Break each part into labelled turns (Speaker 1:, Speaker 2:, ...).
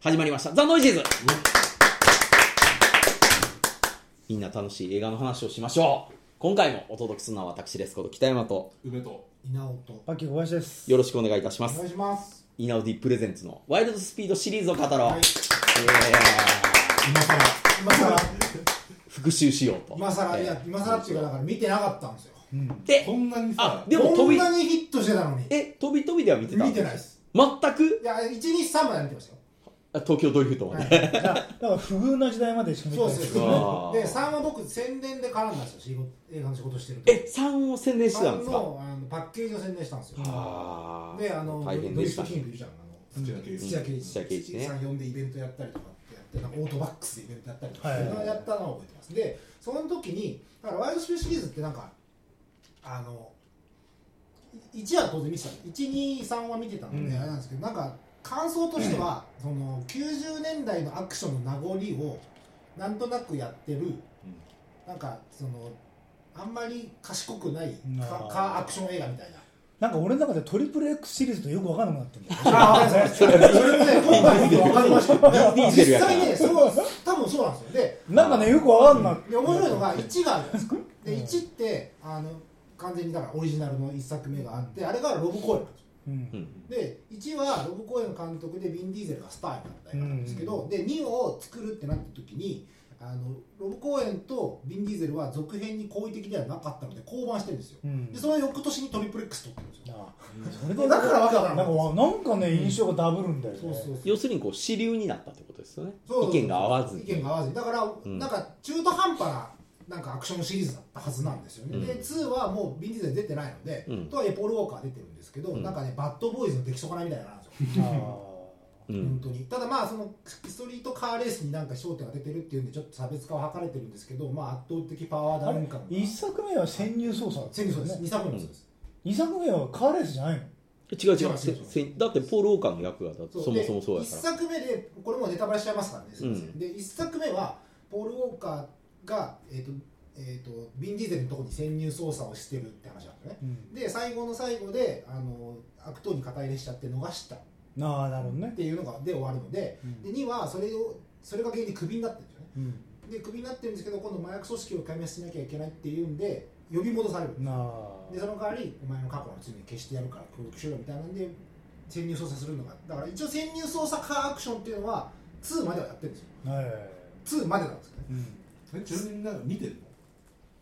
Speaker 1: 始まりました。ザ・ノイジーズみんな楽しい映画の話をしましょう。今回もお届けするのは私ですこと北山と
Speaker 2: 梅と
Speaker 3: 稲尾と
Speaker 4: パッキー小林です。
Speaker 1: よろしくお願いいたしま
Speaker 3: お
Speaker 1: す
Speaker 3: 願い。します
Speaker 1: イナウディプレゼンツのワイルドスピードシリーズを語ろう。
Speaker 3: はい
Speaker 1: えー
Speaker 2: 今から
Speaker 3: 今さら
Speaker 1: 復習しようと。
Speaker 3: 今さらいや
Speaker 1: えー
Speaker 3: 今さらっていうかだから見てなかったんですよ
Speaker 1: で
Speaker 2: こ、んなにさ
Speaker 1: あでも飛び
Speaker 3: こんなにヒットしてたのに
Speaker 1: え、飛び飛びでは見てた
Speaker 3: 見てないです
Speaker 1: 全く
Speaker 3: いや123まで見てましたよ
Speaker 1: あ東京ドリフトまで。
Speaker 4: だから不遇な時代までしか見て
Speaker 3: そう
Speaker 4: ない
Speaker 3: です
Speaker 4: です
Speaker 3: で
Speaker 4: よ
Speaker 1: う
Speaker 4: ね。
Speaker 1: わー
Speaker 3: 3は僕宣伝で絡んだんですよ仕事映画の仕事してると
Speaker 1: え、3を宣伝してたんです
Speaker 3: 三
Speaker 1: か
Speaker 3: のあのパッケージを宣伝したんですよ
Speaker 1: あー
Speaker 3: であの
Speaker 1: 大変でした
Speaker 3: ドリフトキングいるじゃんあの
Speaker 2: 土屋圭一
Speaker 3: 土屋圭一
Speaker 1: 土屋圭一ね
Speaker 3: さん呼んでイベントやったりとかってやってなんかオートバックスでイベントやったりとか、
Speaker 4: は
Speaker 3: そ
Speaker 4: い
Speaker 3: れをやったのを覚えてますでその時にだからワイドスピードシリーズってなんかあの1は当然見てた123は見てたので、
Speaker 4: うん
Speaker 3: あれなんですけどなんか感想としては、その90年代のアクションの名残をなんとなくやってる、なんかそのあんまり賢くない
Speaker 4: な
Speaker 3: カ
Speaker 4: あ
Speaker 3: カーアクション映画みたいな
Speaker 4: なんか俺の中でトリプル X シリーズとよく分からなくなってるんだよ。
Speaker 3: ああ、それもね、今回見て分かりました。
Speaker 1: ディーゼル
Speaker 3: 実
Speaker 1: やから
Speaker 3: 際ね、そう、多分そうなんですよ。で、
Speaker 4: なんかね、よく分かんなく
Speaker 3: で面白いのが1があるじゃないですか。で、
Speaker 4: うん
Speaker 3: 1って、あの、完全にだからオリジナルの1作目があって、あれがロブ・コエルなんですよ。
Speaker 4: うん。
Speaker 1: うん
Speaker 3: で、1はロブ・コエルの監督で、ヴィン・ディーゼルがスターになった映画なんですけど、で、2を作るってなった時に、あのロブ・コエルとヴィン・ディーゼルは続編に好意的ではなかったので降板してるんですよ。
Speaker 4: うん
Speaker 3: で、その翌年にトリプル X 撮ってるんですよ。
Speaker 4: あそれ
Speaker 3: で
Speaker 4: で
Speaker 3: だからわけわから
Speaker 4: な
Speaker 3: なんい
Speaker 4: かわなんかね、印象がダブるんだよね。
Speaker 3: そうそうそう。
Speaker 1: 要するにこう支流になったってことですよね
Speaker 3: そうそうそう
Speaker 1: 意見が合わずに
Speaker 3: 意見が合わずにだから、
Speaker 1: ん
Speaker 3: なんか中途半端ななんかアクションシリーズだったはずなんですよね、
Speaker 1: うん
Speaker 3: で2はもうビンディーゼル出てないので、
Speaker 1: うん
Speaker 3: とはいえポール・ウォーカー出てるんですけど、
Speaker 1: うん
Speaker 3: なんかねバッドボーイズの出来損ないみたいなのなんですよ、
Speaker 1: う
Speaker 3: 本
Speaker 1: ん
Speaker 3: 当にただまあそのストリートカーレースになんか焦点が出てるっていうんでちょっと差別化は図れてるんですけど、まあ、圧倒的パワー
Speaker 4: あ
Speaker 3: ダウ
Speaker 4: れ
Speaker 3: ン感が
Speaker 4: 一作目は潜入捜査だった
Speaker 3: 先
Speaker 4: よ
Speaker 3: 日そ
Speaker 4: ね
Speaker 3: うです2作目もそうです、
Speaker 4: 二作目はカーレースじゃないの
Speaker 1: 違う違
Speaker 3: 違う違
Speaker 1: う
Speaker 3: う
Speaker 1: せせだってポール・オーカーの役がだって
Speaker 3: う
Speaker 1: そもそもそうや
Speaker 3: で
Speaker 1: か
Speaker 3: 一
Speaker 1: ら
Speaker 3: 作目でこれもうネタバレしちゃいますからね、すいません
Speaker 1: うん
Speaker 3: で一作目はポール・ウォーカーがえっ、とえっ、とビン・ディーゼルのところに潜入捜査をしてるって話なんですね
Speaker 4: うん。
Speaker 3: で最後の最後であの悪党に肩入れしちゃって逃したっ
Speaker 4: ああ、なるほどね。
Speaker 3: ていうのがで終わるので
Speaker 4: うん
Speaker 3: で2はそれをそれが原因でクビになってるんですよね
Speaker 4: うん。
Speaker 3: でクビになってるんですけど今度麻薬組織を壊滅しなきゃいけないっていうんで呼び戻される
Speaker 4: なあ。
Speaker 3: でその代わりお前の過去の罪を消してやるから協力しろよみたいなんで潜入捜査するのがだから一応潜入捜査カーアクションっていうのは2まではやってるんですよ
Speaker 4: はい。
Speaker 3: 2までなんですけどね
Speaker 4: うん。
Speaker 2: えちなみになんか見てる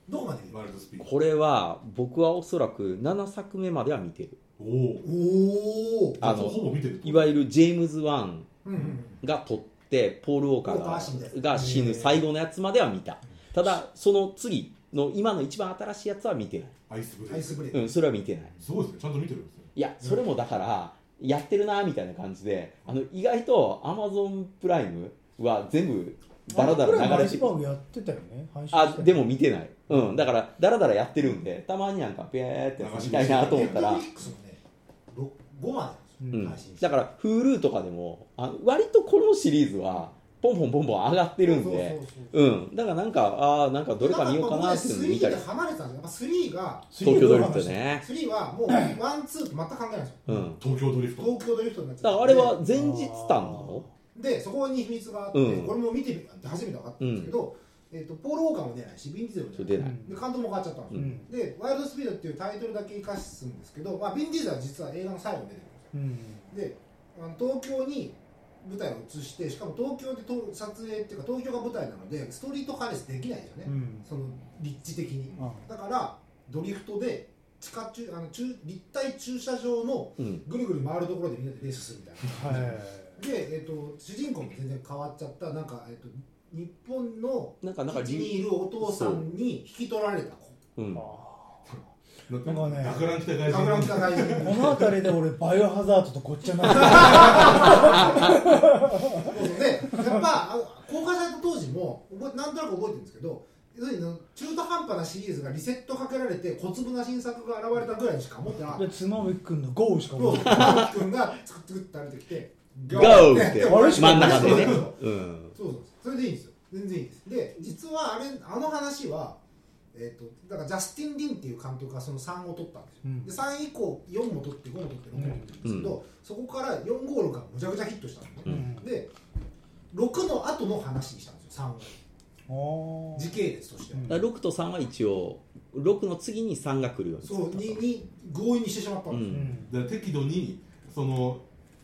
Speaker 3: どうまで
Speaker 2: のワイルドスピード
Speaker 1: これは僕はおそらく7作目までは見てる
Speaker 2: おお
Speaker 3: おお
Speaker 1: あ
Speaker 2: あ
Speaker 1: の
Speaker 2: のほぼ見てる
Speaker 1: いわゆるジェームズ・ワン
Speaker 3: うんうん
Speaker 1: が取ってポール・ウォーカ
Speaker 3: ウォーカーが死ん
Speaker 1: ー
Speaker 3: だやつ
Speaker 1: がが死ぬ最後のやつまでは見たただその次の今の一番新しいやつは見てない
Speaker 2: アイスブレ
Speaker 3: ア
Speaker 2: イ
Speaker 3: イ
Speaker 2: ク
Speaker 3: スブレイク、
Speaker 1: うんそれは見てない
Speaker 2: すごいですねちゃんと見てるんですね
Speaker 1: いやそれもだからやってるなみたいな感じであの意外とアマゾンプライムは全部バラダ
Speaker 4: あの
Speaker 1: ラ
Speaker 4: プ
Speaker 1: 流
Speaker 4: ラ
Speaker 1: れ
Speaker 4: イ
Speaker 1: て
Speaker 4: ス
Speaker 1: る
Speaker 4: バーグやってたよね。配信し
Speaker 1: あ
Speaker 4: てたよね
Speaker 1: でも見てない、うん、だからだらだらやってるんでたまになんかペーってやつ見たいなと思ったら、
Speaker 3: ネットフリックスもね
Speaker 1: うん
Speaker 3: ろ5までなんですよ、配信して
Speaker 1: だから Hulu とかでもあ割とこのシリーズはポンポンポンポン上がってるんで
Speaker 3: そうそうそう
Speaker 1: うんだからなんかあーなんかどれか見ようかなっていうの見たり
Speaker 3: なんか僕ね3で離れてたんですよやっぱ3が
Speaker 1: 東京ドリフト。ね
Speaker 3: 3はもう1、2と全く関係ないんですよ
Speaker 1: うん
Speaker 2: 東京ドリフト
Speaker 3: 東京ドリフトになっちゃって
Speaker 1: だからあれは前日たんの
Speaker 3: でそこに秘密があって、
Speaker 1: うん
Speaker 3: これも見てみたって初めて分かったんですけど、えっとポール・ウォーカーも出ないしビン・ディーゼルも
Speaker 1: そう
Speaker 3: 出
Speaker 1: 出
Speaker 3: ない
Speaker 1: ない、
Speaker 3: で監督も変わっちゃったんです
Speaker 4: う
Speaker 3: よ、
Speaker 4: ん。
Speaker 3: で「ワイルド・スピード」っていうタイトルだけ生かすんですけど、まあ、ビン・ディーゼルは実は映画の最後に出て
Speaker 4: う
Speaker 3: る
Speaker 4: ん。
Speaker 3: んですよであの東京に舞台を移してしかも東京でと撮影っていうか東京が舞台なのでストリートカーレースできないんですよね、
Speaker 4: うん。
Speaker 3: その立地的に
Speaker 4: あ
Speaker 3: だからドリフトで地下駐あの中立体駐車場の
Speaker 1: うん
Speaker 3: ぐるぐる回るところでみんなでレースするみたいな
Speaker 4: はい。
Speaker 3: で、えっと主人公も全然変わっちゃったなんか、えっと日本の
Speaker 1: なんかなんか
Speaker 3: 基地にいるお父さんに引き取られた子
Speaker 1: うん
Speaker 2: なん
Speaker 4: なんかね
Speaker 2: 学ラン来た外
Speaker 3: ガブラン
Speaker 2: 人
Speaker 3: カ大臣
Speaker 4: この辺りで俺バイオハザードとごっちゃになって
Speaker 3: でやっぱあ公開された当時も覚えなんとなく覚えてるんですけど要するに中途半端なシリーズがリセットかけられて小粒な新作が現れたぐらいにしか思ってなかった
Speaker 4: で妻夫木君のゴーしか
Speaker 3: 黒
Speaker 4: も
Speaker 3: 木君が作って歩いてきて「
Speaker 1: ゴーって
Speaker 4: あれし
Speaker 1: 真
Speaker 4: か
Speaker 1: ん
Speaker 4: ない
Speaker 1: 中でね
Speaker 3: そう
Speaker 1: うん
Speaker 3: そうそうそれでいいんですよ全然いいですで実はあれあの話はえっ、とだからジャスティン・リンっていう監督がその3を取ったんですよ、
Speaker 4: うん
Speaker 3: で3以降4も取って5も取って6も取ってるんですけど、そこから456がむちゃくちゃヒットしたんですね、
Speaker 4: うん
Speaker 3: で6の後の話にしたんですよ3は
Speaker 4: あー
Speaker 3: 時系列としては、
Speaker 4: うん
Speaker 1: だから6と3は一応6の次に3が来るように
Speaker 3: そ
Speaker 1: 作っ
Speaker 3: う
Speaker 1: たと
Speaker 3: にに強引にしてしまったんですよ、
Speaker 1: うん
Speaker 4: うん
Speaker 2: だから適度にその、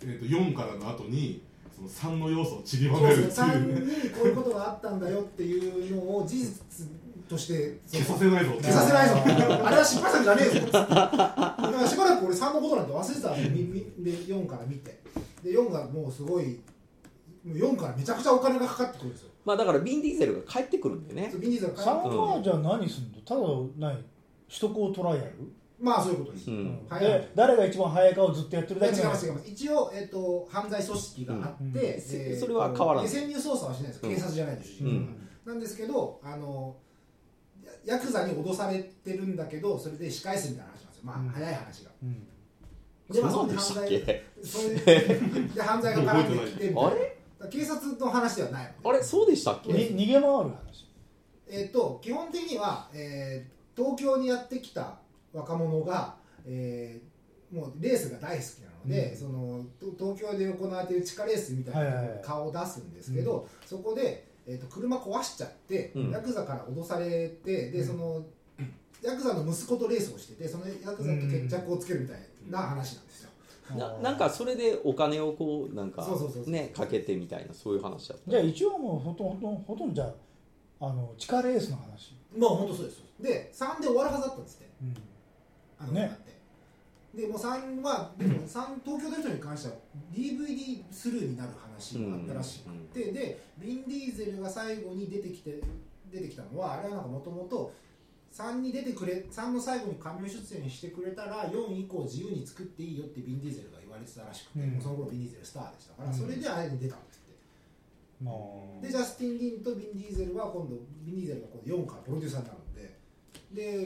Speaker 2: えー、と4からの後にその3の要素をちりば
Speaker 3: そう
Speaker 2: め
Speaker 3: で
Speaker 2: るって
Speaker 3: すね
Speaker 2: いうね
Speaker 3: 3にこういうことがあったんだよっていうのを事実として
Speaker 2: 消させないぞ
Speaker 3: 消させないぞあれは失敗したんじゃねえぞだからしばらく俺3のことなんて忘れてたのみみで4から見てで4がもうすごいもう4からめちゃくちゃお金がかかってくるんですよ
Speaker 1: まあだからビン・ディーゼルが帰ってくるんでね
Speaker 3: そうビンディーゼルが
Speaker 4: 3はじゃあ何すんのただない首都高トライアル、
Speaker 3: まあそういうことです、
Speaker 1: う
Speaker 3: い
Speaker 1: ん
Speaker 3: はい
Speaker 4: で誰が一番早いかをずっとやってるだ
Speaker 3: や
Speaker 4: け
Speaker 3: 違い
Speaker 4: なの
Speaker 3: ます違います一応、えっと犯罪組織があって、
Speaker 4: うんうん
Speaker 3: え
Speaker 1: せ
Speaker 3: ー
Speaker 1: それは変わらない
Speaker 3: で潜入捜査はしないです
Speaker 1: うん
Speaker 3: 警察じゃないですし、
Speaker 1: う
Speaker 4: うん
Speaker 3: なんですけどあのやヤクザに脅されてるんだけどそれで仕返すみたいな話なんですよまあ、
Speaker 4: うん
Speaker 3: 早い話が
Speaker 4: うん
Speaker 1: そん
Speaker 3: まあ
Speaker 1: なんでしたっけ
Speaker 3: そういうで犯罪が絡んできてみたいな
Speaker 1: あれ
Speaker 3: だから警察の話ではない
Speaker 1: あれそうでしたっけ
Speaker 4: に逃げ回る話
Speaker 3: えっ、と基本的には、えー東京にやってきた若者が、えーもうレースが大好きなので、
Speaker 4: うん
Speaker 3: そのと東京で行われている地下レースみたい
Speaker 4: はいはいは
Speaker 3: ない顔を出すんですけど、そこで、えー、と車壊しちゃって、
Speaker 1: うん
Speaker 3: ヤクザから脅されてで
Speaker 4: うん
Speaker 3: その、ヤクザの息子とレースをしててそのヤクザと決着をつけるみたいな話なんですよ。
Speaker 1: ななんかそれでお金をこうなんか
Speaker 3: そうそうそうそう
Speaker 1: ねかけてみたいなそういう話だった
Speaker 4: じゃあ一応もうほとんどほとんどじゃああの地下レースの話、
Speaker 3: まあ本当そうですよで3で終わるはずだったんですって
Speaker 4: うん
Speaker 3: あの、
Speaker 4: ね
Speaker 3: だってでもう3はでも3東京デルトに関しては DVD スルーになる話があったらしくて、でビン・ディーゼルが最後に出てきて出てきたのはあれはなんかもともと3に出てくれ3の最後に仮名出演してくれたら4以降自由に作っていいよってビン・ディーゼルが言われてたらしくて、
Speaker 4: うん
Speaker 3: その頃ビン・ディーゼルスターでしたから、
Speaker 4: うん
Speaker 3: それであれに出たんですって
Speaker 4: まあ
Speaker 3: でジャスティン・リンとビン・ディーゼルは今度ビン・ディーゼルが今度4からプロデューサーになるんで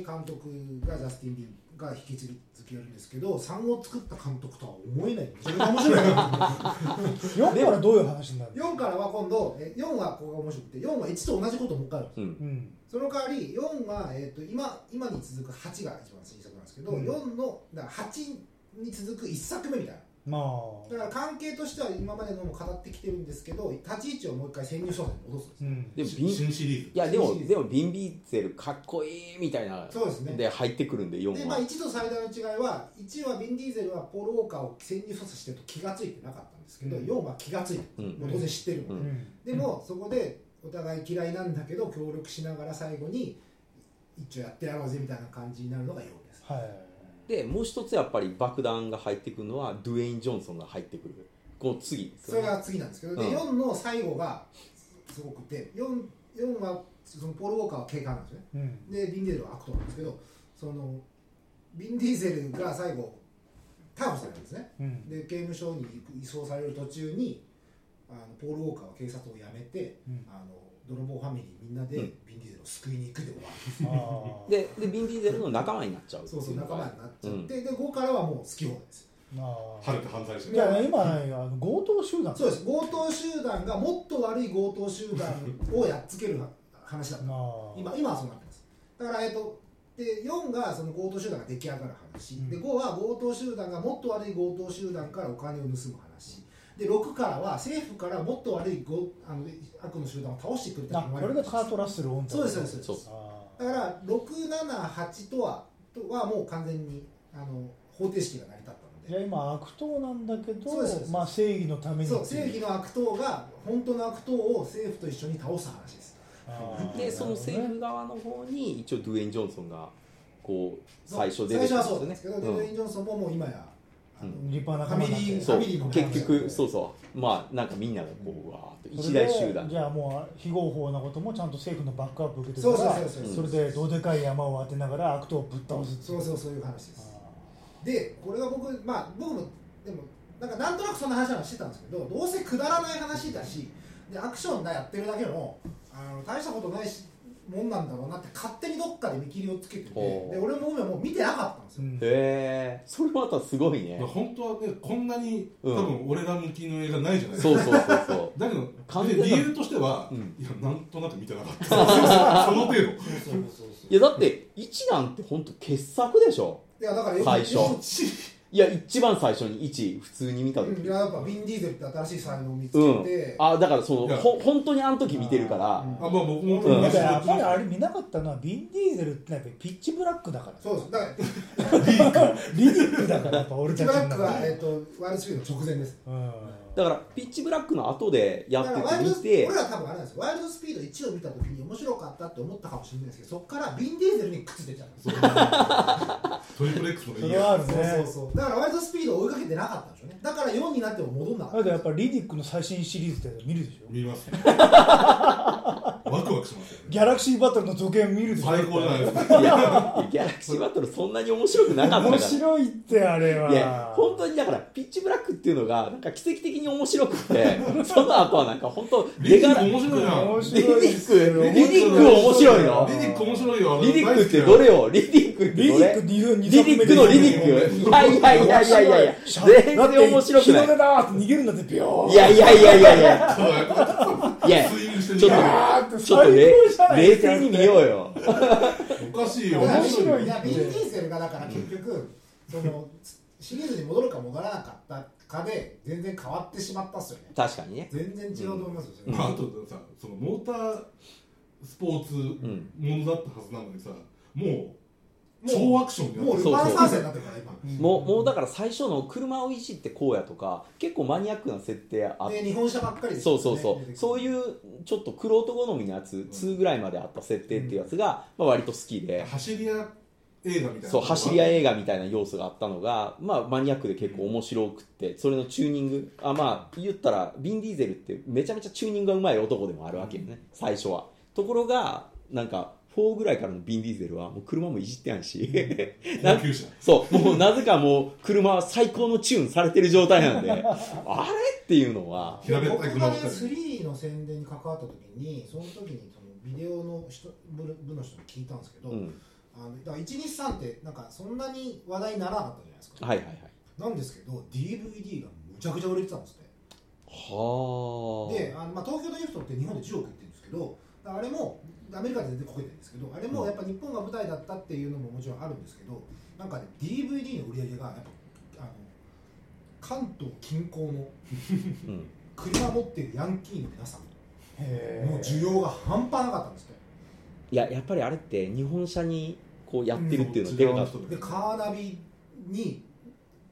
Speaker 3: で監督がジャスティン・リンが引き継ぎ続けるんですけど3を作った監督とは思えないそれが面白いな
Speaker 4: 4からどういう話になるの
Speaker 3: 4からは今度え4はここが面白くて4は1と同じことをもう一回やるんです
Speaker 1: うん
Speaker 4: うん
Speaker 3: その代わり4は、えー、と今今に続く8が一番新作なんですけど、
Speaker 4: うん
Speaker 3: 4のだから8に続く1作目みたいな
Speaker 4: まあ
Speaker 3: だから関係としては今までのも語ってきてるんですけど立ち位置をもう一回潜入捜査に戻すんです
Speaker 4: うん
Speaker 1: でビン
Speaker 2: 新
Speaker 1: い
Speaker 2: 新シリーズ
Speaker 1: やでも
Speaker 3: 新シリーズ
Speaker 1: でもビン・ディーゼルかっこいいみたいな
Speaker 3: そうですね
Speaker 1: で入ってくるんで
Speaker 3: で
Speaker 1: 4
Speaker 3: まあ、
Speaker 1: は
Speaker 3: 1と最大の違いは1はビン・ディーゼルはポローカーを潜入捜査してると気が付いてなかったんですけど、
Speaker 4: うん
Speaker 3: 4は気が付いて
Speaker 1: う
Speaker 3: る、
Speaker 1: ん
Speaker 3: もう当然知ってるので、
Speaker 1: うん
Speaker 3: でもそこでお互い嫌いなんだけど協力しながら最後に一応やってやろうぜみたいな感じになるのが4です
Speaker 4: はい
Speaker 1: でもう一つやっぱり爆弾が入ってくるのはドゥエイン・ジョンソンが入ってくるこう次です
Speaker 3: それ
Speaker 1: よね
Speaker 3: が次なんですけど、で
Speaker 1: うん
Speaker 3: 4の最後がすごくて 4, 4はそのポール・ウォーカーは警官なんですね
Speaker 4: うん
Speaker 3: でビン・ディーゼルは悪党なんですけどそのビン・ディーゼルが最後逮捕されるんですね
Speaker 4: うん
Speaker 3: で刑務所に移送される途中にあのポール・ウォーカーは警察を辞めて、
Speaker 4: うん
Speaker 3: あの泥棒ファミリーみんなで
Speaker 1: うん
Speaker 3: ビン・ディーゼルを救いに行くで終わ
Speaker 4: あー
Speaker 1: ででビン・ディーゼルの仲間になっちゃう
Speaker 3: る、
Speaker 1: ってい
Speaker 3: そうそう
Speaker 1: の
Speaker 3: 仲
Speaker 1: が
Speaker 3: 間になっちゃって、で5からはもう好き放題です
Speaker 4: ま
Speaker 2: 晴
Speaker 4: あ
Speaker 2: れて犯罪者
Speaker 4: じゃあね今ねあの強盗集団
Speaker 3: そうです強盗集団がもっと悪い強盗集団をやっつける話だった
Speaker 4: まあ
Speaker 3: 今今はそうなってますだからえっとで4がその強盗集団が出来上がる話、
Speaker 4: うん
Speaker 3: で5は強盗集団がもっと悪い強盗集団からお金を盗む話で6からは政府からもっと悪い強あの悪の集団を倒してくれた
Speaker 4: あこれがカートラッスルオン
Speaker 3: そうですそうです
Speaker 1: そう
Speaker 3: だから678とはとはもう完全にあの方程式が成り立った
Speaker 4: じ
Speaker 3: の
Speaker 4: ゃあ今悪党なんだけど
Speaker 3: そうですそうです
Speaker 4: まあ正義のため
Speaker 3: で
Speaker 4: に
Speaker 3: そう正義の悪党が本当の悪党を政府と一緒に倒す話です
Speaker 4: あー
Speaker 1: でその政府側の方に一応ドゥエイン・ジョンソンがこう最初出て
Speaker 3: 最
Speaker 1: くる
Speaker 3: 初はそうなんですけど、
Speaker 1: よ
Speaker 3: でドウェイン・ジョンソンももう今やあの、
Speaker 1: う
Speaker 4: 立派な
Speaker 3: ファミリー
Speaker 1: そう
Speaker 3: ファミリーの話
Speaker 1: 結
Speaker 3: だ
Speaker 1: 局
Speaker 3: と
Speaker 1: そうそうまあなんかみんながこううわーっと一
Speaker 4: それ
Speaker 1: 大
Speaker 4: で
Speaker 1: 集団
Speaker 4: じゃあもう非合法なこともちゃんと政府のバックアップを受けて
Speaker 3: そ
Speaker 4: る
Speaker 3: う
Speaker 4: か
Speaker 3: そう
Speaker 4: ら
Speaker 3: そうそう
Speaker 1: うん
Speaker 4: それでどでかい山を当てながら悪党をぶっ倒すってい
Speaker 3: そうそうそういう話です
Speaker 4: あ
Speaker 3: でこれが僕まあ僕もでもなんかなんとなくそんな話はしてたんですけどどうせくだらない話だしでアクションがやってるだけのあの大したことないしもんなんだろうなって勝手にどっかで見切りをつけてて
Speaker 1: ほう
Speaker 3: で俺も梅も見てなかったんです
Speaker 4: ーう
Speaker 3: よ、
Speaker 4: ん
Speaker 1: へえそれまたすごいね
Speaker 2: 本当はねこんなに
Speaker 1: う
Speaker 2: 多
Speaker 1: ん
Speaker 2: 分俺ら向きの映画ないじゃないですか、
Speaker 1: そうそうそうそ
Speaker 2: だけど
Speaker 1: 完
Speaker 2: で
Speaker 1: 全な
Speaker 2: 理由としては、
Speaker 1: うん
Speaker 2: いやなんとなく見てな かったその程度
Speaker 3: そうそうそうそう
Speaker 1: ういやだって1なんて本当傑作でしょ
Speaker 3: いやだから
Speaker 1: 最初
Speaker 3: よ
Speaker 2: ち
Speaker 1: いや一番最初に1普通に見た時、
Speaker 3: うんいややっぱビン・ディーゼルって新しい才能を見つ
Speaker 1: うん
Speaker 3: けて、
Speaker 1: あだからそ
Speaker 2: い
Speaker 1: の
Speaker 2: や
Speaker 1: ほ本当にあの時見てるから
Speaker 3: うん
Speaker 2: あまあ僕も
Speaker 1: うん
Speaker 4: だ
Speaker 2: 昔
Speaker 4: から
Speaker 2: や
Speaker 4: や
Speaker 2: っ
Speaker 4: ってぱ
Speaker 2: ま
Speaker 4: り
Speaker 2: す
Speaker 4: あれ見なかったのはビン・ディーゼルってのはやっぱりピッチブラックだから
Speaker 3: そうですだから
Speaker 4: リリックだからやっぱ俺
Speaker 3: ピッチ
Speaker 4: たち
Speaker 3: ブ
Speaker 4: の
Speaker 3: ラッ
Speaker 4: 中
Speaker 3: ク
Speaker 4: で
Speaker 3: は、えっとワイルドシリーズの直前です
Speaker 4: うん
Speaker 1: だからピッチブラックの後でや
Speaker 3: だ
Speaker 1: っ
Speaker 3: か
Speaker 1: て
Speaker 3: らワ
Speaker 1: て
Speaker 3: イル
Speaker 1: 見
Speaker 3: ド
Speaker 1: て
Speaker 3: 俺ら多分あれなんですよワイルドスピード1を見た時に面白かったって思ったかもしれないですけどそこからビン・ディーゼルに靴出ちゃうんですよ
Speaker 2: そうトリプル X とかい
Speaker 4: そ
Speaker 2: い
Speaker 4: れは
Speaker 2: や
Speaker 4: ある
Speaker 3: そう
Speaker 4: ね
Speaker 3: そうそうだからワイルドスピードを追いかけてなかったんでしょうねだから4になっても戻んなか
Speaker 4: だ
Speaker 3: っ
Speaker 4: けど
Speaker 3: た
Speaker 4: やっぱリリックの最新シリーズって見るでしょ
Speaker 2: 見ますねワクワクしますよね
Speaker 4: ギャラクシーバトルの続編見るでしょ
Speaker 2: 最高じゃないですか
Speaker 1: いやギャラクシーバトルそんなに面白くなかったか
Speaker 4: 面白いってあれ
Speaker 1: らいや
Speaker 4: は
Speaker 1: 本当にだからピッチブラックっていうのがなんか奇跡的に面白くて その後はなんか本当
Speaker 2: リリ
Speaker 1: が
Speaker 2: ッ
Speaker 1: ら
Speaker 2: ク面白いな
Speaker 1: リ
Speaker 4: 面
Speaker 1: リ
Speaker 4: 白いです
Speaker 1: ック
Speaker 4: よ
Speaker 1: リリック面白いの
Speaker 2: リリック面白いよあの
Speaker 1: リリックって
Speaker 2: 大好き
Speaker 1: ど
Speaker 2: だよ
Speaker 1: れよリリックって
Speaker 4: リリ
Speaker 1: ど
Speaker 4: ック
Speaker 1: れ
Speaker 4: 2分
Speaker 1: リ
Speaker 4: 2
Speaker 1: リ
Speaker 4: 作
Speaker 1: ッ
Speaker 4: 目
Speaker 1: ク
Speaker 4: で
Speaker 1: のリリックいやいやいやいやいやいや全然面白くな
Speaker 4: だって日の
Speaker 1: い
Speaker 4: 出だーって逃げるんだってビョー
Speaker 1: いやいやいやいやいや
Speaker 2: そうやっぱ
Speaker 1: いや
Speaker 2: スイングしてる
Speaker 1: ちょっ
Speaker 4: あーって
Speaker 1: とちょっとね
Speaker 4: 最高じゃない
Speaker 1: 冷静に見ようよ
Speaker 2: おかしいよ
Speaker 4: 面白い
Speaker 3: いやビン・ディーゼルがだから結局そのシリーズに戻るか戻らなかったかで全然変わってしまったっすよね
Speaker 1: 確かにね
Speaker 3: 全然違うと思いますよ、それ
Speaker 2: まあ、あとさそのモータースポーツ
Speaker 1: ん
Speaker 2: ものだったはずなのにさもう
Speaker 3: もう
Speaker 2: 超アクションにな
Speaker 3: も
Speaker 2: っ
Speaker 3: う
Speaker 2: て
Speaker 3: ル
Speaker 2: る
Speaker 3: パン三世になってるから今、
Speaker 1: もうもうだから最初の車をいじってこうやとか結構マニアックな設定あっ
Speaker 3: で日本車ばっかりですよ
Speaker 1: そう
Speaker 3: ね
Speaker 1: そうそうそういうちょっと玄人好みのやつ2ぐらいまであった設定っていうやつが、まあ、割と好きで
Speaker 2: 走り屋映画みたいな
Speaker 1: そう走り屋
Speaker 2: 映
Speaker 1: 映画みたいな要素があったのが、まあ、マニアックで結構面白くってそれのチューニングあまあ言ったらビン・ディーゼルってめちゃめちゃチューニングがうまい男でもあるわけよね最初はところがなんか4ぐらいからのビン・ディーゼルはもう車もいじってやんし
Speaker 2: 画高級車
Speaker 1: そう、もうなぜかもう車は最高のチューンされてる状態なんで、あれっていうのは、
Speaker 2: 平べったい
Speaker 3: 僕
Speaker 2: 車
Speaker 3: が
Speaker 2: ば
Speaker 3: ね
Speaker 2: っかり
Speaker 3: 3の宣伝に関わった時にその時にそのビデオの人部部の人に聞いたんですけど、
Speaker 1: うん、
Speaker 3: あのだから123ってなんかそんなに話題にならなかったじゃないですか、
Speaker 1: はいはいはい。
Speaker 3: なんですけど DVD がむちゃくちゃ売れてたんですね
Speaker 1: はあ。
Speaker 3: であの、まあ、東京ドリフトって日本で10億いってるんですけどあれもアメリカで全然こけてるんですけどあれもやっぱ日本が舞台だったっていうのももちろんあるんですけどなんかね DVD の売り上げがやっぱあの関東近郊の
Speaker 1: うん、
Speaker 3: 車持ってるヤンキーの皆さん
Speaker 4: へー
Speaker 3: の需要が半端なかったんですって
Speaker 1: いや、やっぱりあれって日本車にこうやってるっていうの
Speaker 2: そ
Speaker 1: は
Speaker 2: う
Speaker 1: でかかった。
Speaker 2: 違う人だ
Speaker 3: でカーナビに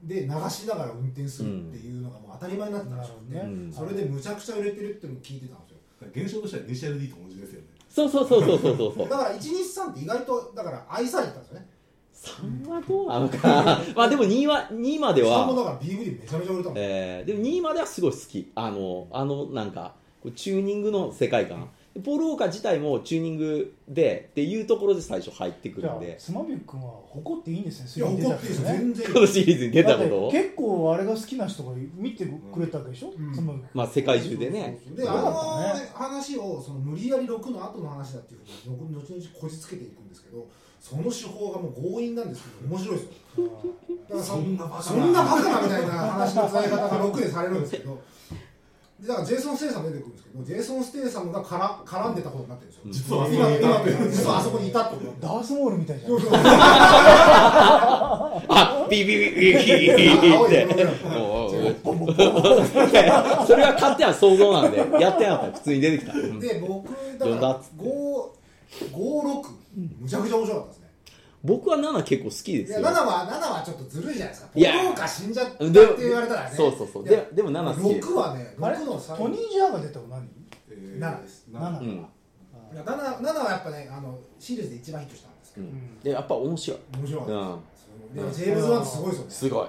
Speaker 3: で流しながら運転するっていうのがもう当たり前になってたんでしょうね、
Speaker 4: なるほ
Speaker 1: どね
Speaker 3: それでむちゃくちゃ売れてるっていうのを聞いてたんですよ
Speaker 2: 現象としてはイニシャル D と同じですよね
Speaker 1: そうそうそうそうそうそうそ
Speaker 3: だ
Speaker 1: う。
Speaker 3: から123って意外とだから愛されてたんですよね
Speaker 1: 3はどうなのか。まあでも2は、2まで
Speaker 3: 下も
Speaker 1: は、
Speaker 3: だから DVD めちゃめちゃ売れたもん、
Speaker 1: えー、でも2まではすごい好き。あの、あのなんか、こうチューニングの世界観。でポール・ウォーカー自体もチューニングでっていうところで最初入ってく
Speaker 4: じゃ
Speaker 1: る
Speaker 4: あ
Speaker 1: んで、
Speaker 4: スマビュ君は誇っていいんです
Speaker 3: い
Speaker 4: ね
Speaker 3: や
Speaker 4: 3出
Speaker 3: 怒
Speaker 4: た
Speaker 3: ってる
Speaker 4: け
Speaker 3: でしょ
Speaker 4: どね
Speaker 3: 全然
Speaker 1: このシリーズに出たこと
Speaker 4: だ
Speaker 1: を
Speaker 4: って結構あれが好きな人が見てくれたわけでしょ、
Speaker 3: うん
Speaker 4: その
Speaker 1: まあ世界中でね。
Speaker 3: で
Speaker 4: よ
Speaker 3: あ
Speaker 4: かったね
Speaker 3: の話をその無理やり6の後の話だっていうふうに後々こじつけていくんですけどその手法がもう強引なんですけど面白いですよだから
Speaker 2: そんなバカな
Speaker 3: そんなバカなみたいな話の伝え方が6でされるんですけどでだからジェイソン・ステイサム出てくるんですけどジェイソン・ステイサムがから絡んでたことになってるんですよ、
Speaker 2: 実はあそこ
Speaker 3: 今
Speaker 2: にいたって
Speaker 3: 今実はあそこにいたってこと
Speaker 4: ダースモールみたいじゃん
Speaker 3: そうそうそう
Speaker 1: あビビビビビビビって。もうそれは勝手な想像 なんで、やってなかったら普通に出てきた。
Speaker 3: で僕だ
Speaker 1: どん
Speaker 3: か
Speaker 1: だ
Speaker 3: ら
Speaker 1: っつって
Speaker 3: 556むちゃくちゃ面白かったですね
Speaker 1: 僕は7結構好きで
Speaker 3: い
Speaker 1: す
Speaker 3: や
Speaker 1: よ。
Speaker 3: 7は7はちょっとずるいじゃないですか。ポ
Speaker 1: いや
Speaker 3: ローカ死んじゃったって
Speaker 1: で
Speaker 3: 言われたらね。
Speaker 1: そうそうそう。
Speaker 3: いや
Speaker 1: ででも7好きです
Speaker 3: 6。はね、
Speaker 4: あれ
Speaker 3: 6の最
Speaker 4: トニー・ジャーが出たの何
Speaker 2: え
Speaker 3: 7です
Speaker 4: 7、
Speaker 1: うん
Speaker 3: いや 7, 7はやっぱね、あのシリーズで一番ヒットしたんですけ
Speaker 1: う
Speaker 3: ど、
Speaker 1: んでやっぱ面白い。
Speaker 3: 面白かったですよ、
Speaker 1: うん
Speaker 3: でジェームズ・ワンってすごいですよね。
Speaker 1: すごい。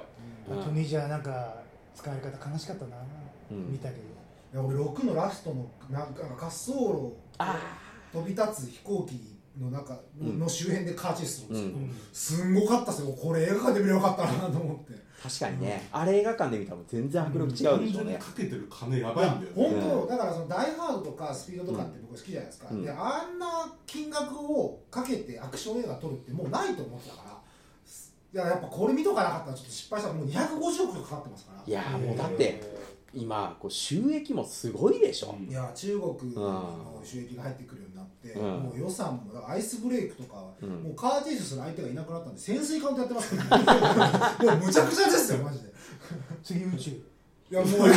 Speaker 4: トニー・ジャーなんか使われ方悲しかったな、
Speaker 1: うん
Speaker 4: 見たけど
Speaker 3: いや俺6のラストのなんか滑走路を飛び立つ飛行機の中
Speaker 1: うん
Speaker 3: の周辺でカーチェイスするんですけど、
Speaker 1: うん
Speaker 3: すんごかったですよ。これ映画館で見ればよかったなと思って。
Speaker 1: 確かにね、あれ映画館で見たら全然迫力違うでし
Speaker 2: 単
Speaker 1: ょう
Speaker 2: 純に
Speaker 1: ね
Speaker 2: か。けてる金やば
Speaker 3: い
Speaker 2: い
Speaker 3: や
Speaker 2: んだよね
Speaker 3: 本当、
Speaker 1: うん
Speaker 3: だからその「ダイ・ハード」とか「スピード」とかって僕好きじゃないですか、
Speaker 1: うん
Speaker 3: であんな金額をかけてアクション映画撮るってもうないと思ってたからすいややっぱこれ見とかなかったらちょっと失敗したらもう250億とかかかってますから
Speaker 1: いやーもうだって今こう収益もすごいでしょ、
Speaker 2: うん
Speaker 3: いや中国の収益が入ってくるようになって、
Speaker 1: うん
Speaker 3: もう予算もだからアイスブレイクとかは、
Speaker 1: うん
Speaker 3: もうカーテージする相手がいなくなったんで潜水艦とやってま すから、ね、もうむちゃくちゃですよマジで
Speaker 4: 次宇宙
Speaker 3: い やもう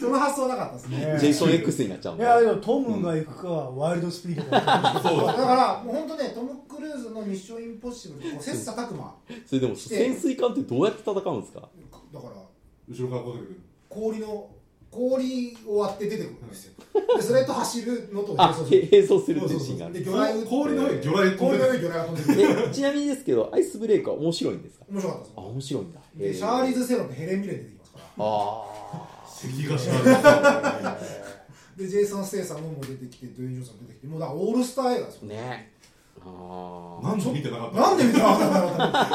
Speaker 3: その発想なかったですね
Speaker 4: ね
Speaker 1: ジェイソン X になっちゃうん
Speaker 4: い
Speaker 1: だ
Speaker 4: やでもトムが行くか、ワイルドスピードか
Speaker 2: そう
Speaker 3: だからもう本当ねトム・クルーズの「ミッション・インポッシブル」とこう切磋琢磨
Speaker 1: それでも潜水艦ってどうやって戦うんですか
Speaker 3: だから
Speaker 2: 後ろからこうやってくる
Speaker 3: 氷の氷を割って出てくるんですよでそれと走るのと
Speaker 1: あへ並走するってい
Speaker 3: そ
Speaker 1: うう
Speaker 3: そう
Speaker 1: シーン
Speaker 3: そう
Speaker 1: があ
Speaker 3: で
Speaker 1: る
Speaker 3: 魚
Speaker 2: 氷
Speaker 3: 雷打
Speaker 2: の上に魚雷
Speaker 3: 氷の
Speaker 2: 飛
Speaker 3: 上
Speaker 2: んで
Speaker 3: に魚雷が飛んでくる
Speaker 1: えちなみにですけどアイスブレイクは面白いんですか
Speaker 3: 面白かったです
Speaker 1: あ面白いんだ
Speaker 3: でシャーリー
Speaker 1: ズ
Speaker 3: ズ・セロンとヘレン・ミレン出てきますから
Speaker 1: あ
Speaker 2: る関ヶ島です
Speaker 3: でジェイソン・ステイサムも出てきてドゥエイン・ジョンソンも出てきてもうだからオールスター映画です
Speaker 1: あ
Speaker 3: よ
Speaker 1: ねああ
Speaker 2: なんで見てなかった
Speaker 3: なんで見たかっ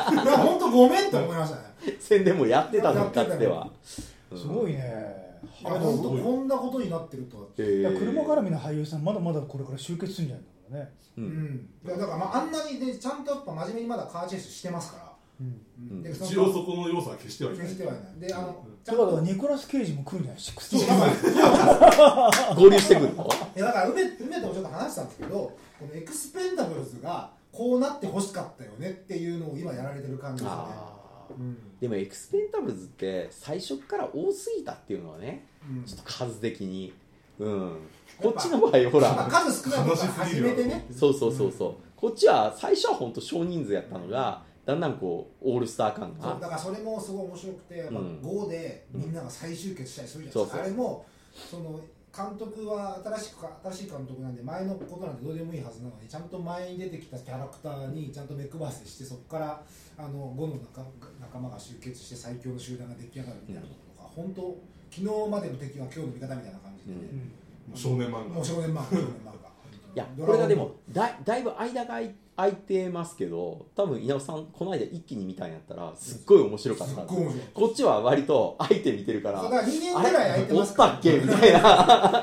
Speaker 3: たんだろうと思っていや本当ごめんって思いましたね
Speaker 1: 宣伝もやってたのか
Speaker 3: やって
Speaker 1: つ
Speaker 3: た
Speaker 1: て
Speaker 3: よ
Speaker 1: は
Speaker 4: すごいね
Speaker 3: い
Speaker 4: あ
Speaker 3: や
Speaker 4: の
Speaker 3: 本当こんなことになってるとは
Speaker 1: え
Speaker 4: いや
Speaker 1: ー
Speaker 4: 車絡みの俳優さんまだまだこれから集結するんじゃないんだろうね、
Speaker 1: う
Speaker 3: うんんいやだからまああんなにねちゃんとやっぱ真面目にまだカーチェイスしてますから
Speaker 4: うん、
Speaker 3: うんでその
Speaker 2: 一応そこの要素は消してはいない
Speaker 3: 決してはいないであのちゃ
Speaker 4: だ
Speaker 3: ん
Speaker 4: か
Speaker 3: と
Speaker 4: らニコラス・ケイジも来るんじゃない
Speaker 3: そう
Speaker 4: 16
Speaker 3: だから
Speaker 1: 合流してくるの
Speaker 3: いやだから梅梅ともちょっと話したんですけどこのエクスペンダブルズがこうなってほしかったよねっていうのを今やられてる感じですよね
Speaker 1: あー
Speaker 3: うん
Speaker 1: でもエクスペンタブルズって最初から多すぎたっていうのはね
Speaker 3: うん
Speaker 1: ちょっと数的にうんこっちの場合ほ
Speaker 3: まあ
Speaker 1: ら
Speaker 3: 数少ないから始めてね
Speaker 1: そうそうそうそうこっちは最初は本当少人数やったのがだんだんこうオールスター感
Speaker 3: そうだ
Speaker 1: が
Speaker 3: からそれもすごい面白くて、やっぱ
Speaker 1: うん
Speaker 3: 5でみんなが再集結したりするじゃない
Speaker 1: そ
Speaker 3: で
Speaker 1: うそう
Speaker 3: すか、あれもその監督は新しくか新しい監督なんで前のことなんてどうでもいいはずなのにちゃんと前に出てきたキャラクターにちゃんと目配せしてそこからあの5の仲仲間が集結して最強の集団が出来上がるみたいなことが、本当昨日までの敵は今日の味方みたいな感じでね、
Speaker 4: うん
Speaker 2: 少年漫
Speaker 3: もう
Speaker 2: 画
Speaker 3: 少年漫画少年漫画
Speaker 1: いや
Speaker 3: ド
Speaker 1: これ
Speaker 3: ラゴ
Speaker 1: が
Speaker 3: ン
Speaker 1: でもだだいぶ間が空い空いてますけど多分稲尾さんこの間一気に見たんやったらすっごい面白かった
Speaker 3: すっごい面白い
Speaker 1: こっちは割と空いて見てるから
Speaker 3: そうだから2年
Speaker 1: あ
Speaker 3: ぐ
Speaker 1: れ
Speaker 3: らい空いて
Speaker 1: お
Speaker 3: ま
Speaker 1: っ
Speaker 3: すか
Speaker 1: た
Speaker 3: ら
Speaker 1: っけみたいな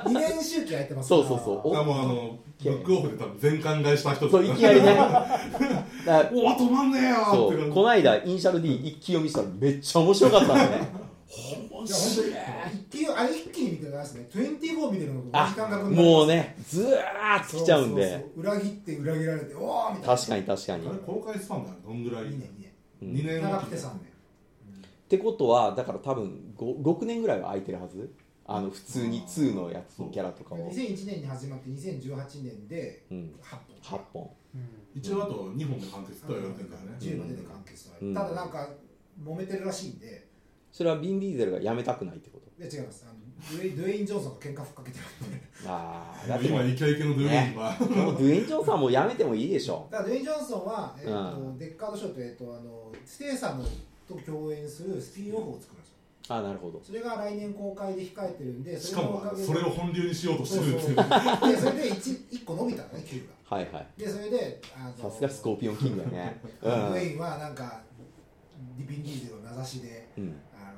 Speaker 3: 2年周期空いてます
Speaker 1: そうそうそう
Speaker 2: だからもうあのブックオフで多分全巻買いした人
Speaker 1: そういきなりねだから
Speaker 2: おわ止まんねえよー
Speaker 1: そ
Speaker 2: って感
Speaker 1: う
Speaker 2: じ
Speaker 1: この間イニシャル D 一気読みしたらめっちゃ面白かったんだね
Speaker 3: いや本当に一気にあれ一気に見てるらしいですね24見てるのと同じ
Speaker 1: あ
Speaker 3: 感覚になる
Speaker 1: もうねずーっと来ちゃうんで
Speaker 3: そそそう裏切って裏切られておおみたいな
Speaker 1: 確かに確かに
Speaker 2: あれ公開スパンだよどんぐらい
Speaker 3: 2
Speaker 2: 2
Speaker 3: 年2
Speaker 1: うん
Speaker 2: 年
Speaker 3: 年
Speaker 2: は
Speaker 3: 長くて3年
Speaker 1: ってことはだから多分6年ぐらいは空いてるはずあの普通に2のやつのキャラとかを、
Speaker 3: 2001年に始まって2018年で
Speaker 1: うん、
Speaker 3: 8本
Speaker 1: 8本
Speaker 4: うん
Speaker 2: 一応あと2本で完結とは言われてるからね
Speaker 3: 10までで完結され
Speaker 1: うん
Speaker 3: ただなんか揉めてるらしいんで
Speaker 1: それはビン・ディーゼルが辞めたくないってこと
Speaker 3: で違いますあのドゥエインドゥエイン・ジョンソンが喧嘩ふっかけてるんで
Speaker 1: ああだ
Speaker 2: も
Speaker 1: っ
Speaker 2: う
Speaker 1: ても
Speaker 2: 今
Speaker 1: う
Speaker 2: イケイケのドゥエインは
Speaker 1: もうドゥエイン・ジョンさんも辞めてもいいでしょ
Speaker 3: だからドゥエイン・ジョンソンは、えーと
Speaker 1: う
Speaker 3: デッカード賞と,、えー、とあのステイサムと共演するスピンオフを作るんですよ
Speaker 1: ああなるほど
Speaker 3: それが来年公開で控えてるんで
Speaker 2: し
Speaker 3: そ
Speaker 2: か
Speaker 3: れのお
Speaker 2: も
Speaker 3: かげで
Speaker 2: それを本流にしようと してるっていう
Speaker 3: そうそうでそれで 1, 一個伸びたのね9が
Speaker 1: はいはい
Speaker 3: でそれであ
Speaker 1: さすがスコーピオン・キングやね
Speaker 3: ウ
Speaker 1: うん
Speaker 3: ェインはなんかディビン・ディーゼルを名指しで
Speaker 1: うん
Speaker 3: あの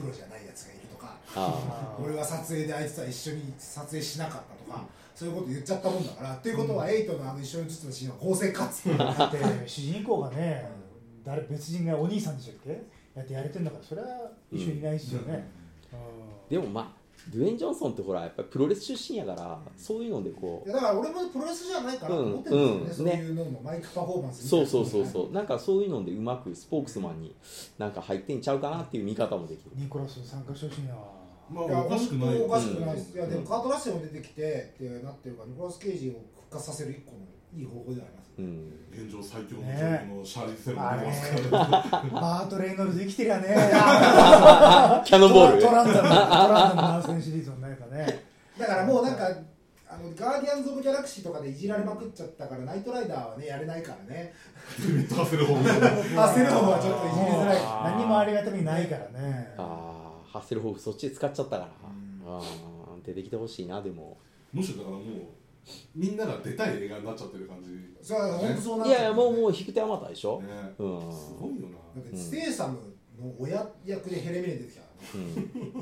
Speaker 3: プロじゃないやつがいるとか
Speaker 1: あ
Speaker 3: 俺は撮影であいつとは一緒に撮影しなかったとか、そういうこと言っちゃったもんだからっていうことはエイトのあの一緒に映ってたシーンは構成かつ
Speaker 4: だって主人公がね誰別人がお兄さんでしたっけやってやれてんだからそれは一緒にいないですよね、
Speaker 1: あでもまあドゥエイン・ジョンソンってほらやっぱりプロレス出身やからそういうのでこ
Speaker 3: いうやだから俺もプロレスじゃないからと思ってるんですよね、
Speaker 1: うん
Speaker 3: そういうのもマイクパフォーマンスみたい
Speaker 1: そ
Speaker 3: な
Speaker 1: うそうそうそうなんかそういうのでうまくスポークスマンになんか入ってんちゃうかなっていう見方もできる
Speaker 4: ニコラス参加してほしいな
Speaker 2: まあ
Speaker 3: いや
Speaker 2: おかしくない
Speaker 3: 本当おかしく
Speaker 1: うん
Speaker 3: ないです、いやでもカートラッシュも出てきてってなってるからニコラス・ケイジを復活させる一個のいい方法ではあります
Speaker 1: うん
Speaker 2: 現状最強の女優のシャーリーズ・セロン
Speaker 4: あ
Speaker 2: 出
Speaker 4: れ
Speaker 2: ますから
Speaker 4: バート・レイノルズ生きてりゃね
Speaker 1: キャノンボール
Speaker 4: トランザムトランザム参戦シリーズの中ね
Speaker 3: だからもうなんかあのガーディアンズ・オブ・ギャラクシーとかでいじられまくっちゃったからナイトライダーはねやれないからね
Speaker 2: デビッド・アセルホームの
Speaker 3: 焦るのはちょっといじりづらい
Speaker 4: もう何もありがたみないからね
Speaker 1: ああハッセルホーフそっちで使っちゃったから、
Speaker 3: う
Speaker 1: ああ出てきてほしいなでも
Speaker 2: むしろだからもうみんなが出たい映画になっちゃってる感じね
Speaker 3: そう本当そうなっ
Speaker 1: い
Speaker 3: ちゃ
Speaker 1: やいやもうも
Speaker 3: う
Speaker 1: う引く手あまたでしょ、うん、うん
Speaker 2: すごいよ
Speaker 3: だってステイサムの親役でヘレミレン出てきたから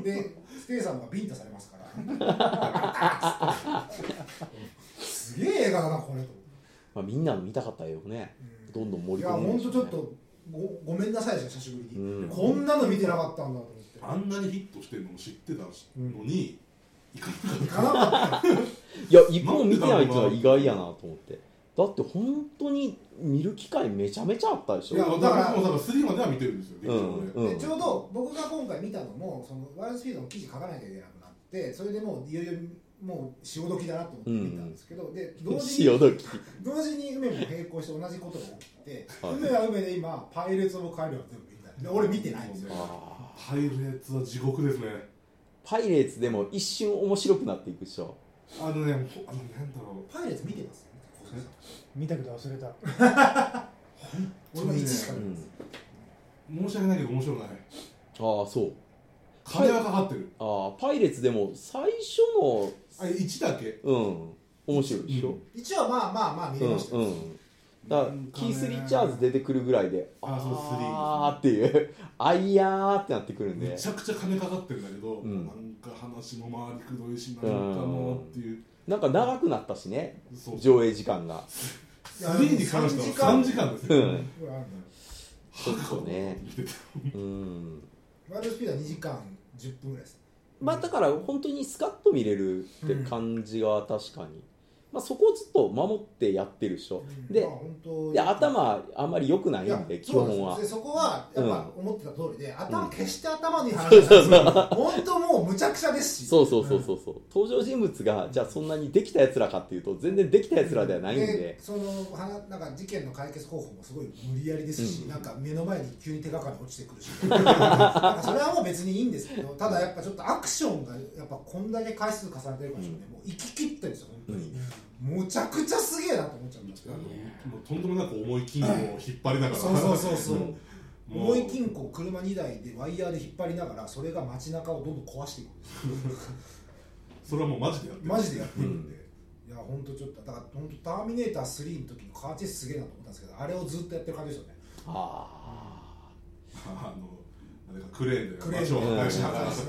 Speaker 3: ねでステイサムがビンタされますから すげえ映画だなこれと思って
Speaker 1: まあ、みんなの見たかったよね、
Speaker 3: うん
Speaker 1: どんどん盛
Speaker 3: い
Speaker 1: り
Speaker 3: や
Speaker 1: 込んで
Speaker 3: 本
Speaker 1: ほしい
Speaker 3: 当
Speaker 1: ね
Speaker 3: ちょっとごごめんなさいでした久しぶりに、
Speaker 1: うん
Speaker 3: こんなの見てなかったんだと思って
Speaker 2: あんなにヒットしてるのを知ってたのに、行かなかった
Speaker 3: かなかった
Speaker 1: いや一本見てないってのは意外やなと思ってだって本当に見る機会めちゃめちゃあったでし
Speaker 3: いや
Speaker 1: ょ
Speaker 2: だから僕もだから3までは見てるんですよ、劇場で
Speaker 1: うん
Speaker 3: でちょうど僕が今回見たのもそのワイルドスピードの記事書かなきゃいけなくなってそれでもういよいよもう潮時だなと思って見たんですけど、で同 時に
Speaker 1: 潮時
Speaker 3: 同時に梅も並行して同じことが起きて、
Speaker 1: はい
Speaker 3: 梅は梅で今パイレーツ・オブ・カリオン全部見たで俺見てないんですよ
Speaker 1: あー
Speaker 2: パイレーツは地獄ですね
Speaker 1: パイレーツでも一瞬面白くなっていくでしょ
Speaker 2: あのねほあのなんだろう
Speaker 3: パイレーツ見てますよね
Speaker 4: 見たけど忘れた
Speaker 3: 俺も1しか
Speaker 1: う
Speaker 3: 見てない
Speaker 1: ん
Speaker 3: です、
Speaker 2: 申し訳ないけど面白くない
Speaker 1: ああそう
Speaker 2: 金はかかってる
Speaker 1: ああパイレーツでも最初の
Speaker 2: あれ1だけ
Speaker 1: うん面白いでしょ、
Speaker 3: 一応まあまあまあ見
Speaker 1: う
Speaker 3: れ
Speaker 1: ん
Speaker 3: ました
Speaker 1: う
Speaker 3: よ、
Speaker 1: ん、だから
Speaker 2: なんか
Speaker 1: キ
Speaker 2: ね
Speaker 1: ース・リチャーズ出てくるぐらいで
Speaker 2: あそう
Speaker 1: あーっていうあいやーってなってくるんで
Speaker 2: めちゃくちゃ金かかってるんだけど、
Speaker 1: うん
Speaker 2: なんか話も回りくどいしなんかのっていう、
Speaker 1: なんか長くなったしね
Speaker 2: そう
Speaker 1: 上映時間が
Speaker 2: 3に関しては3時間です
Speaker 1: う
Speaker 2: よ、
Speaker 1: ん
Speaker 3: これあるのよ
Speaker 1: ちょっとね
Speaker 2: 見てて
Speaker 1: うん
Speaker 3: ワイルドスピードは2時間10分ぐらいです
Speaker 1: まあだから本当にスカッと見れるって感じが確かに、まあ、そこをずっと守ってやってるでしょ、で
Speaker 3: まあ本当
Speaker 1: で頭あんまり良くないんで基
Speaker 3: そう
Speaker 1: 本は
Speaker 3: なんですよでそこはやっぱ
Speaker 1: う
Speaker 3: 思ってた通りで、頭決して頭のいい話なんですよ、本当もう無茶苦茶ですし
Speaker 1: そうそうそうそうそう登場人物がじゃあそんなにできたやつらかっていうと全然できたやつらではないんで、
Speaker 3: そのはなんか事件の解決方法もすごい無理やりですし、
Speaker 1: うん
Speaker 3: なんか目の前に急に手がかり落ちて くるしなんかそれはもう別にいいんですけどただやっぱちょっとアクションがやっぱこんだけ回数重ねてるからでしょうね、もう行き切ったんですよ本当に、むちゃくちゃすげえなと思っちゃった
Speaker 2: あのもうとんでもなく重い金を引っ張りながら
Speaker 3: そうそうそうそう、
Speaker 1: うん
Speaker 2: もう
Speaker 3: 重い金庫を車2台でワイヤーで引っ張りながらそれが街中をどんどん壊していくんですよ
Speaker 2: それはもうマジでやってる
Speaker 3: マジでやってるんで、いや本当ちょっとだから本当ターミネーター3の時のカーチェスすげえなと思ったんですけどあれをずっとやってる感じですよね
Speaker 1: あ
Speaker 2: あのあれかクレーンで
Speaker 3: クレーン
Speaker 2: 場を
Speaker 3: で
Speaker 2: 破壊し
Speaker 3: し
Speaker 2: な
Speaker 3: な
Speaker 2: が
Speaker 3: が
Speaker 2: ら
Speaker 3: ら
Speaker 2: そろ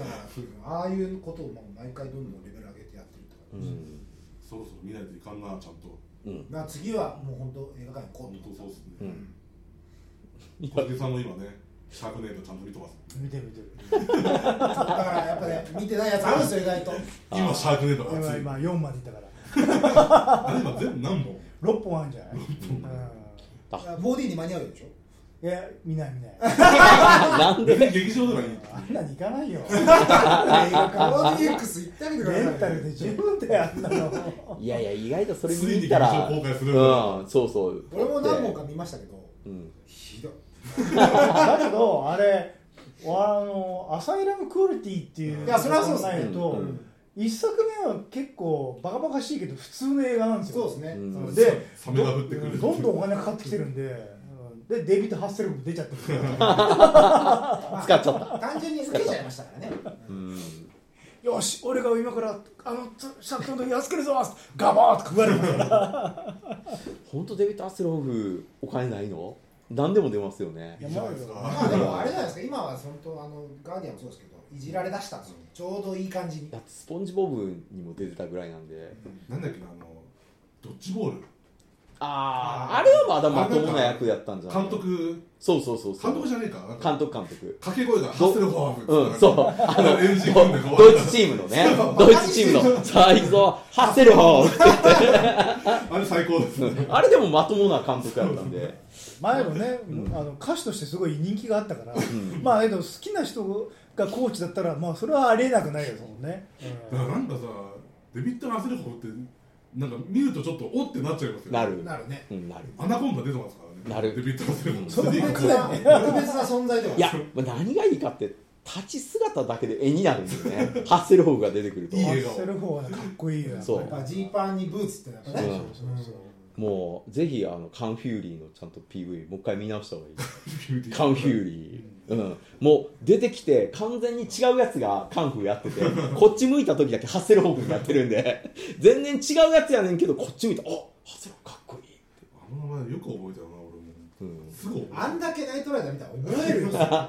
Speaker 3: ああいうことをもう毎回どんどんレベル上げてやってるって
Speaker 1: あう
Speaker 3: 感じです、
Speaker 1: ん
Speaker 2: そろ見ないといかんなちゃんと
Speaker 1: うん
Speaker 3: まあ次はもう本当映画館に行こ
Speaker 2: 本
Speaker 3: うと
Speaker 2: 当そうっすね、
Speaker 1: う
Speaker 2: うん
Speaker 1: い
Speaker 2: 小
Speaker 1: や
Speaker 2: 池さんも今ねシャークネードちゃんと見てます
Speaker 4: 見てる見てる
Speaker 3: だからやっぱね見てないやつあるんですよ意外と
Speaker 2: 今シャークネード
Speaker 4: 俺
Speaker 2: が
Speaker 4: は
Speaker 2: 熱い
Speaker 4: 今4までいったから
Speaker 2: あれ今全部何本
Speaker 4: 6本あるんじゃない
Speaker 1: あ
Speaker 3: いや 4D に間に合うでしょ
Speaker 4: うんいや見ない 見ない
Speaker 1: なんで
Speaker 2: 別に劇場ではいい
Speaker 4: あんなに行かないよ
Speaker 3: 映画館 4DX 行ってあげてください
Speaker 4: レ
Speaker 3: よ
Speaker 4: ンタルで十分だよあんなの
Speaker 1: いやいや意外とそれ
Speaker 2: ついに
Speaker 1: 見
Speaker 2: 劇
Speaker 1: た
Speaker 2: 場
Speaker 1: ら
Speaker 2: 公開する
Speaker 1: うんそうそう
Speaker 3: 俺も何本か見ましたけど
Speaker 1: うん
Speaker 3: ひどい
Speaker 4: だけどあれあのアサイラムクオリティっていう
Speaker 3: いやそれはそうっすね
Speaker 4: ないと、
Speaker 1: うん
Speaker 4: 一作目は結構バカバカしいけど普通の映画なんですよ
Speaker 3: そうですね、
Speaker 1: うん
Speaker 4: うんで
Speaker 2: サメが降ってくる
Speaker 4: どんどんお金かかってきてるんで、うんでデイビッド・ハッセルフも出ちゃってる
Speaker 1: 使っちゃった
Speaker 3: 単純に受けちゃいましたからね
Speaker 1: うん
Speaker 4: よし俺が今からあの作品の時に預けるぞガバーって食われるから
Speaker 1: 本当デビッド・アスローフお金ないの何でも出ますよね
Speaker 2: いいじゃないですか
Speaker 3: まあでもあれじゃないですか今は本当あのガーディアンもそうですけどいじられだしたんですよちょうどいい感じに
Speaker 1: だってスポンジボブにも出てたぐらいなんで
Speaker 2: なんだっけなあのドッジボール
Speaker 1: ああ
Speaker 2: あー
Speaker 1: あれはまだまともな役やったんじゃない
Speaker 2: 監督
Speaker 1: そうそうそうそう
Speaker 2: 監督じゃねえかなんか
Speaker 1: 監督監督
Speaker 2: 掛け声がハッセルフォーム
Speaker 1: うんそう
Speaker 2: あのエンジン組んでこう
Speaker 1: ドイツチームのねドイツチームのさあ行くぞハッセル ホーって
Speaker 2: あれ最高ですね
Speaker 1: あれでもまともな監督やったんで
Speaker 4: 前もね、あの歌手としてすごい人気があったから、まあけど好きな人がコーチだったらまあそれはありえなくないよそのね、
Speaker 2: だからなんかさデビッド・ハッセルフォームってなんか見るとちょっとおってなっちゃいますよね
Speaker 1: なる
Speaker 3: なるね
Speaker 1: うんなる
Speaker 2: アナコンダ出てますからね
Speaker 1: なる
Speaker 2: デビッド・ハッセルフォーム
Speaker 4: そんな
Speaker 2: スリー
Speaker 3: 特
Speaker 2: ク
Speaker 3: 別な特別な存在ではい
Speaker 1: やまあ何がいいかって立ち姿だけで絵になるんですよね ハッセルホーが出てくると
Speaker 2: いい
Speaker 4: ハ
Speaker 2: 笑
Speaker 4: ッ
Speaker 2: 顔
Speaker 4: セルフォーはかっこいいよやっぱり
Speaker 1: そう
Speaker 3: やっぱジーパンにブーツってなんか
Speaker 4: そう
Speaker 3: ね
Speaker 4: そうそう
Speaker 1: もうぜひあのカンフューリーのちゃんと PV もう一回見直した方がいい
Speaker 2: ビューティー
Speaker 1: カンフューリー、うん、もう出てきて完全に違うやつがカンフーやって てこっち向いた時だけハッセルホークになってるんで 全然違うやつやねんけどこっち向いたらあハッセルホークかっこいいって、
Speaker 2: あの名前よく覚えたよな俺も
Speaker 1: うん、
Speaker 2: すぐ覚え
Speaker 3: あんだけナイトライダー見たら覚えるよ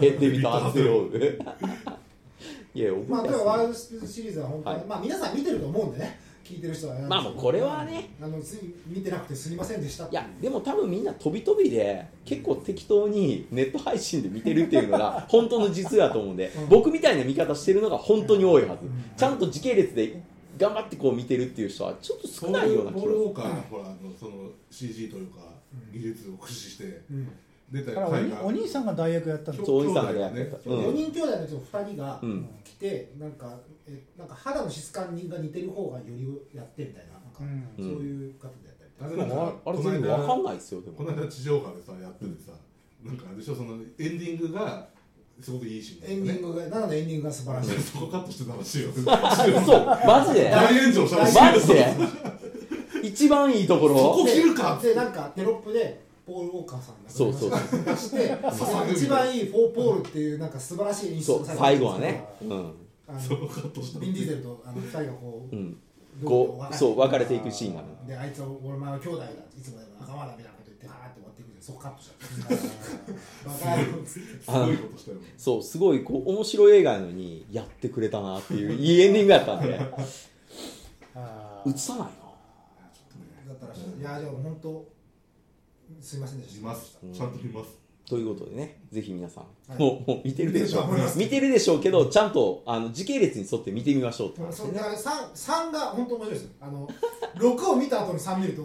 Speaker 1: ヘッデビットハッセルホーク いや
Speaker 3: まあ
Speaker 1: 覚え
Speaker 3: だか
Speaker 1: て
Speaker 3: らワール
Speaker 1: ま
Speaker 3: ドスピードシリーズは本当に、
Speaker 1: はい
Speaker 3: まあ皆さん見てると思うんでね聞いてる人はあれなん
Speaker 1: ま
Speaker 3: で
Speaker 1: あも
Speaker 3: すけ
Speaker 1: う
Speaker 3: ど
Speaker 1: これはね
Speaker 3: あのつい見てなくてすみませんでしたっ
Speaker 1: い
Speaker 3: ていう
Speaker 1: やでも多分みんな飛び飛びで結構適当にネット配信で見てるっていうのが 本当の実だと思うんで僕みたいな見方してるのが本当に多いはずちゃんと時系列で頑張ってこう見てるっていう人はちょっと少ないような
Speaker 2: ボ
Speaker 1: 気
Speaker 2: ールウォー
Speaker 1: が
Speaker 2: カーのほらあのその CG というか
Speaker 3: うん
Speaker 2: 技術を駆使して
Speaker 3: うん
Speaker 2: 出た
Speaker 4: だからお
Speaker 2: 回
Speaker 4: 兄
Speaker 2: が
Speaker 4: お兄さんが代役やったん
Speaker 2: そ
Speaker 4: で
Speaker 2: う
Speaker 1: そうお兄さんがやってた、
Speaker 2: 兄弟がね
Speaker 1: う
Speaker 3: 4
Speaker 1: ん、
Speaker 3: 人兄弟のうちの2人が
Speaker 1: うん
Speaker 3: 来て、なんかえなんか肌の質感が似てる方がよりやってみたいななんか、
Speaker 4: うん
Speaker 3: そういう方でやったりとか、
Speaker 2: あれ
Speaker 1: で
Speaker 2: なんか
Speaker 1: もあれ
Speaker 2: この
Speaker 1: 全部
Speaker 2: 間
Speaker 1: わかんないですよで
Speaker 2: こ
Speaker 1: も
Speaker 2: の間地上波でさやっててさなんかあれでしょそのエンディングがすごくいいシーンだ
Speaker 3: エ
Speaker 2: よ
Speaker 3: ン
Speaker 2: ね
Speaker 3: ディングが7のエンディングが素晴らしい
Speaker 2: そこカットしてたらしいよ
Speaker 1: そうマジで
Speaker 2: 大炎上したらしい
Speaker 1: マジで一番いいとこ
Speaker 2: そ
Speaker 1: ろ
Speaker 2: こ切るか
Speaker 3: でなんかテロップでポール・ウォーカーさんが
Speaker 1: そうそうそう
Speaker 3: 出して
Speaker 2: そう
Speaker 3: 一番いい「フォーポール」っていうなんか素晴らしい演出
Speaker 1: そう
Speaker 3: が
Speaker 1: 最後
Speaker 3: さ
Speaker 1: は
Speaker 3: れて
Speaker 1: ね
Speaker 3: るんです
Speaker 1: うん
Speaker 3: けどあの
Speaker 2: そこカットした
Speaker 3: ビン・ディーゼルとあの2人がこう、
Speaker 1: うん
Speaker 3: どんどん
Speaker 1: こうそう別れていくシーンがある
Speaker 3: であいつは俺前は兄弟だいつまでも仲間だみたいなこと言ってはーって終わっていくじゃんそこカットしちゃったバカ野郎っつって
Speaker 2: すごいことしたよ
Speaker 1: そうすごいこう面白い映画なのにやってくれたなっていういいエンディングやったんで
Speaker 4: あ
Speaker 1: 映さないな
Speaker 3: だったらしいいやでも本当すいませんで
Speaker 2: 見
Speaker 3: し
Speaker 2: ますちゃんと見ます
Speaker 1: ということでねぜひ皆さん、
Speaker 3: はい
Speaker 1: もうもう見てるでしょ
Speaker 3: 見てると思いま
Speaker 1: 見てるでしょうけどちゃんとあの時系列に沿って見てみましょうって
Speaker 3: た
Speaker 1: 話
Speaker 3: そ
Speaker 1: で
Speaker 3: ん
Speaker 1: ね
Speaker 3: な三三が本当面白いですよあの六を見た後に三見ると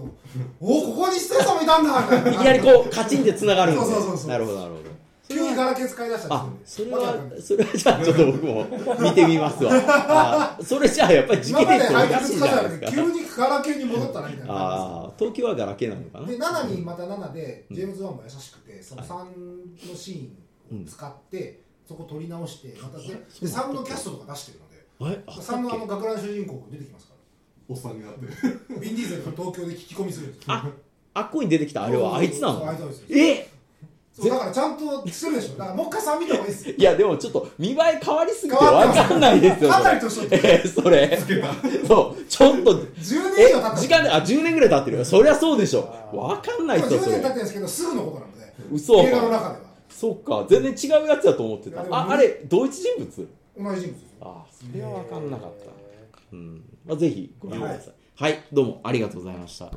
Speaker 3: おおここに失礼さんいたんだみたいない
Speaker 1: きなりこうカチンってつながるんで
Speaker 3: そうそうそうそう
Speaker 1: なるほどなるほど
Speaker 3: 急にガラケー使い出した
Speaker 1: あ
Speaker 3: んです
Speaker 1: そ
Speaker 3: よ
Speaker 1: れ
Speaker 3: わ
Speaker 1: は
Speaker 3: けわかんない
Speaker 1: それはじゃあちょっと僕も見てみますわ あそれじゃあやっぱり時
Speaker 3: 今
Speaker 1: 系
Speaker 3: まで
Speaker 1: 列お
Speaker 3: 配
Speaker 1: か
Speaker 3: 達
Speaker 1: しい
Speaker 3: 使
Speaker 1: ん
Speaker 3: い
Speaker 1: じゃ
Speaker 3: だ
Speaker 1: ない
Speaker 3: っ
Speaker 1: で
Speaker 3: た
Speaker 1: す
Speaker 3: け
Speaker 1: か
Speaker 3: ど急にガラケーに戻ったなみたいな
Speaker 1: ああ東京はガラケーなのかな
Speaker 3: で7にまた7でジェームズ・ワンも優しくてその3のシーンを使ってそこ撮り直してまたでで3のキャストとか出してるので
Speaker 1: えあ
Speaker 3: 3のあの学ラン主人公も出てきますか
Speaker 2: おっさんになって
Speaker 3: らビン・ディーゼルが東京で聞き込みするんですよ
Speaker 1: ああっこに出てきたあれはあいつな
Speaker 3: そう
Speaker 1: の
Speaker 3: あいつなんですよ
Speaker 1: え
Speaker 3: そうだからちゃんとしてるでしょだからもう一回3見た方がいいですよ
Speaker 1: いやでもちょっと見栄え変わりすぎて
Speaker 3: 変わって
Speaker 1: わ
Speaker 3: ます
Speaker 1: かんないですよ
Speaker 3: かなり年取ってる
Speaker 1: えーそれ
Speaker 2: つけた
Speaker 1: そうちょっと
Speaker 3: 10年以
Speaker 1: え
Speaker 3: 上経った
Speaker 1: 時間であ10年ぐらい経ってるよそりゃそうでしょわかんない
Speaker 3: で
Speaker 1: っ
Speaker 3: も
Speaker 1: すよ
Speaker 3: 10
Speaker 1: そ
Speaker 3: 年経ってるん
Speaker 1: れ
Speaker 3: ですけどすぐのことなので
Speaker 1: 嘘
Speaker 3: 映画の中では
Speaker 1: そっか全然違うやつだと思ってた
Speaker 3: いやでも
Speaker 1: ああれ同一人物
Speaker 3: 同じ人物ですよ
Speaker 1: あそれはわかんなかったうんまあぜひご覧くださいはいどうもありがとうございました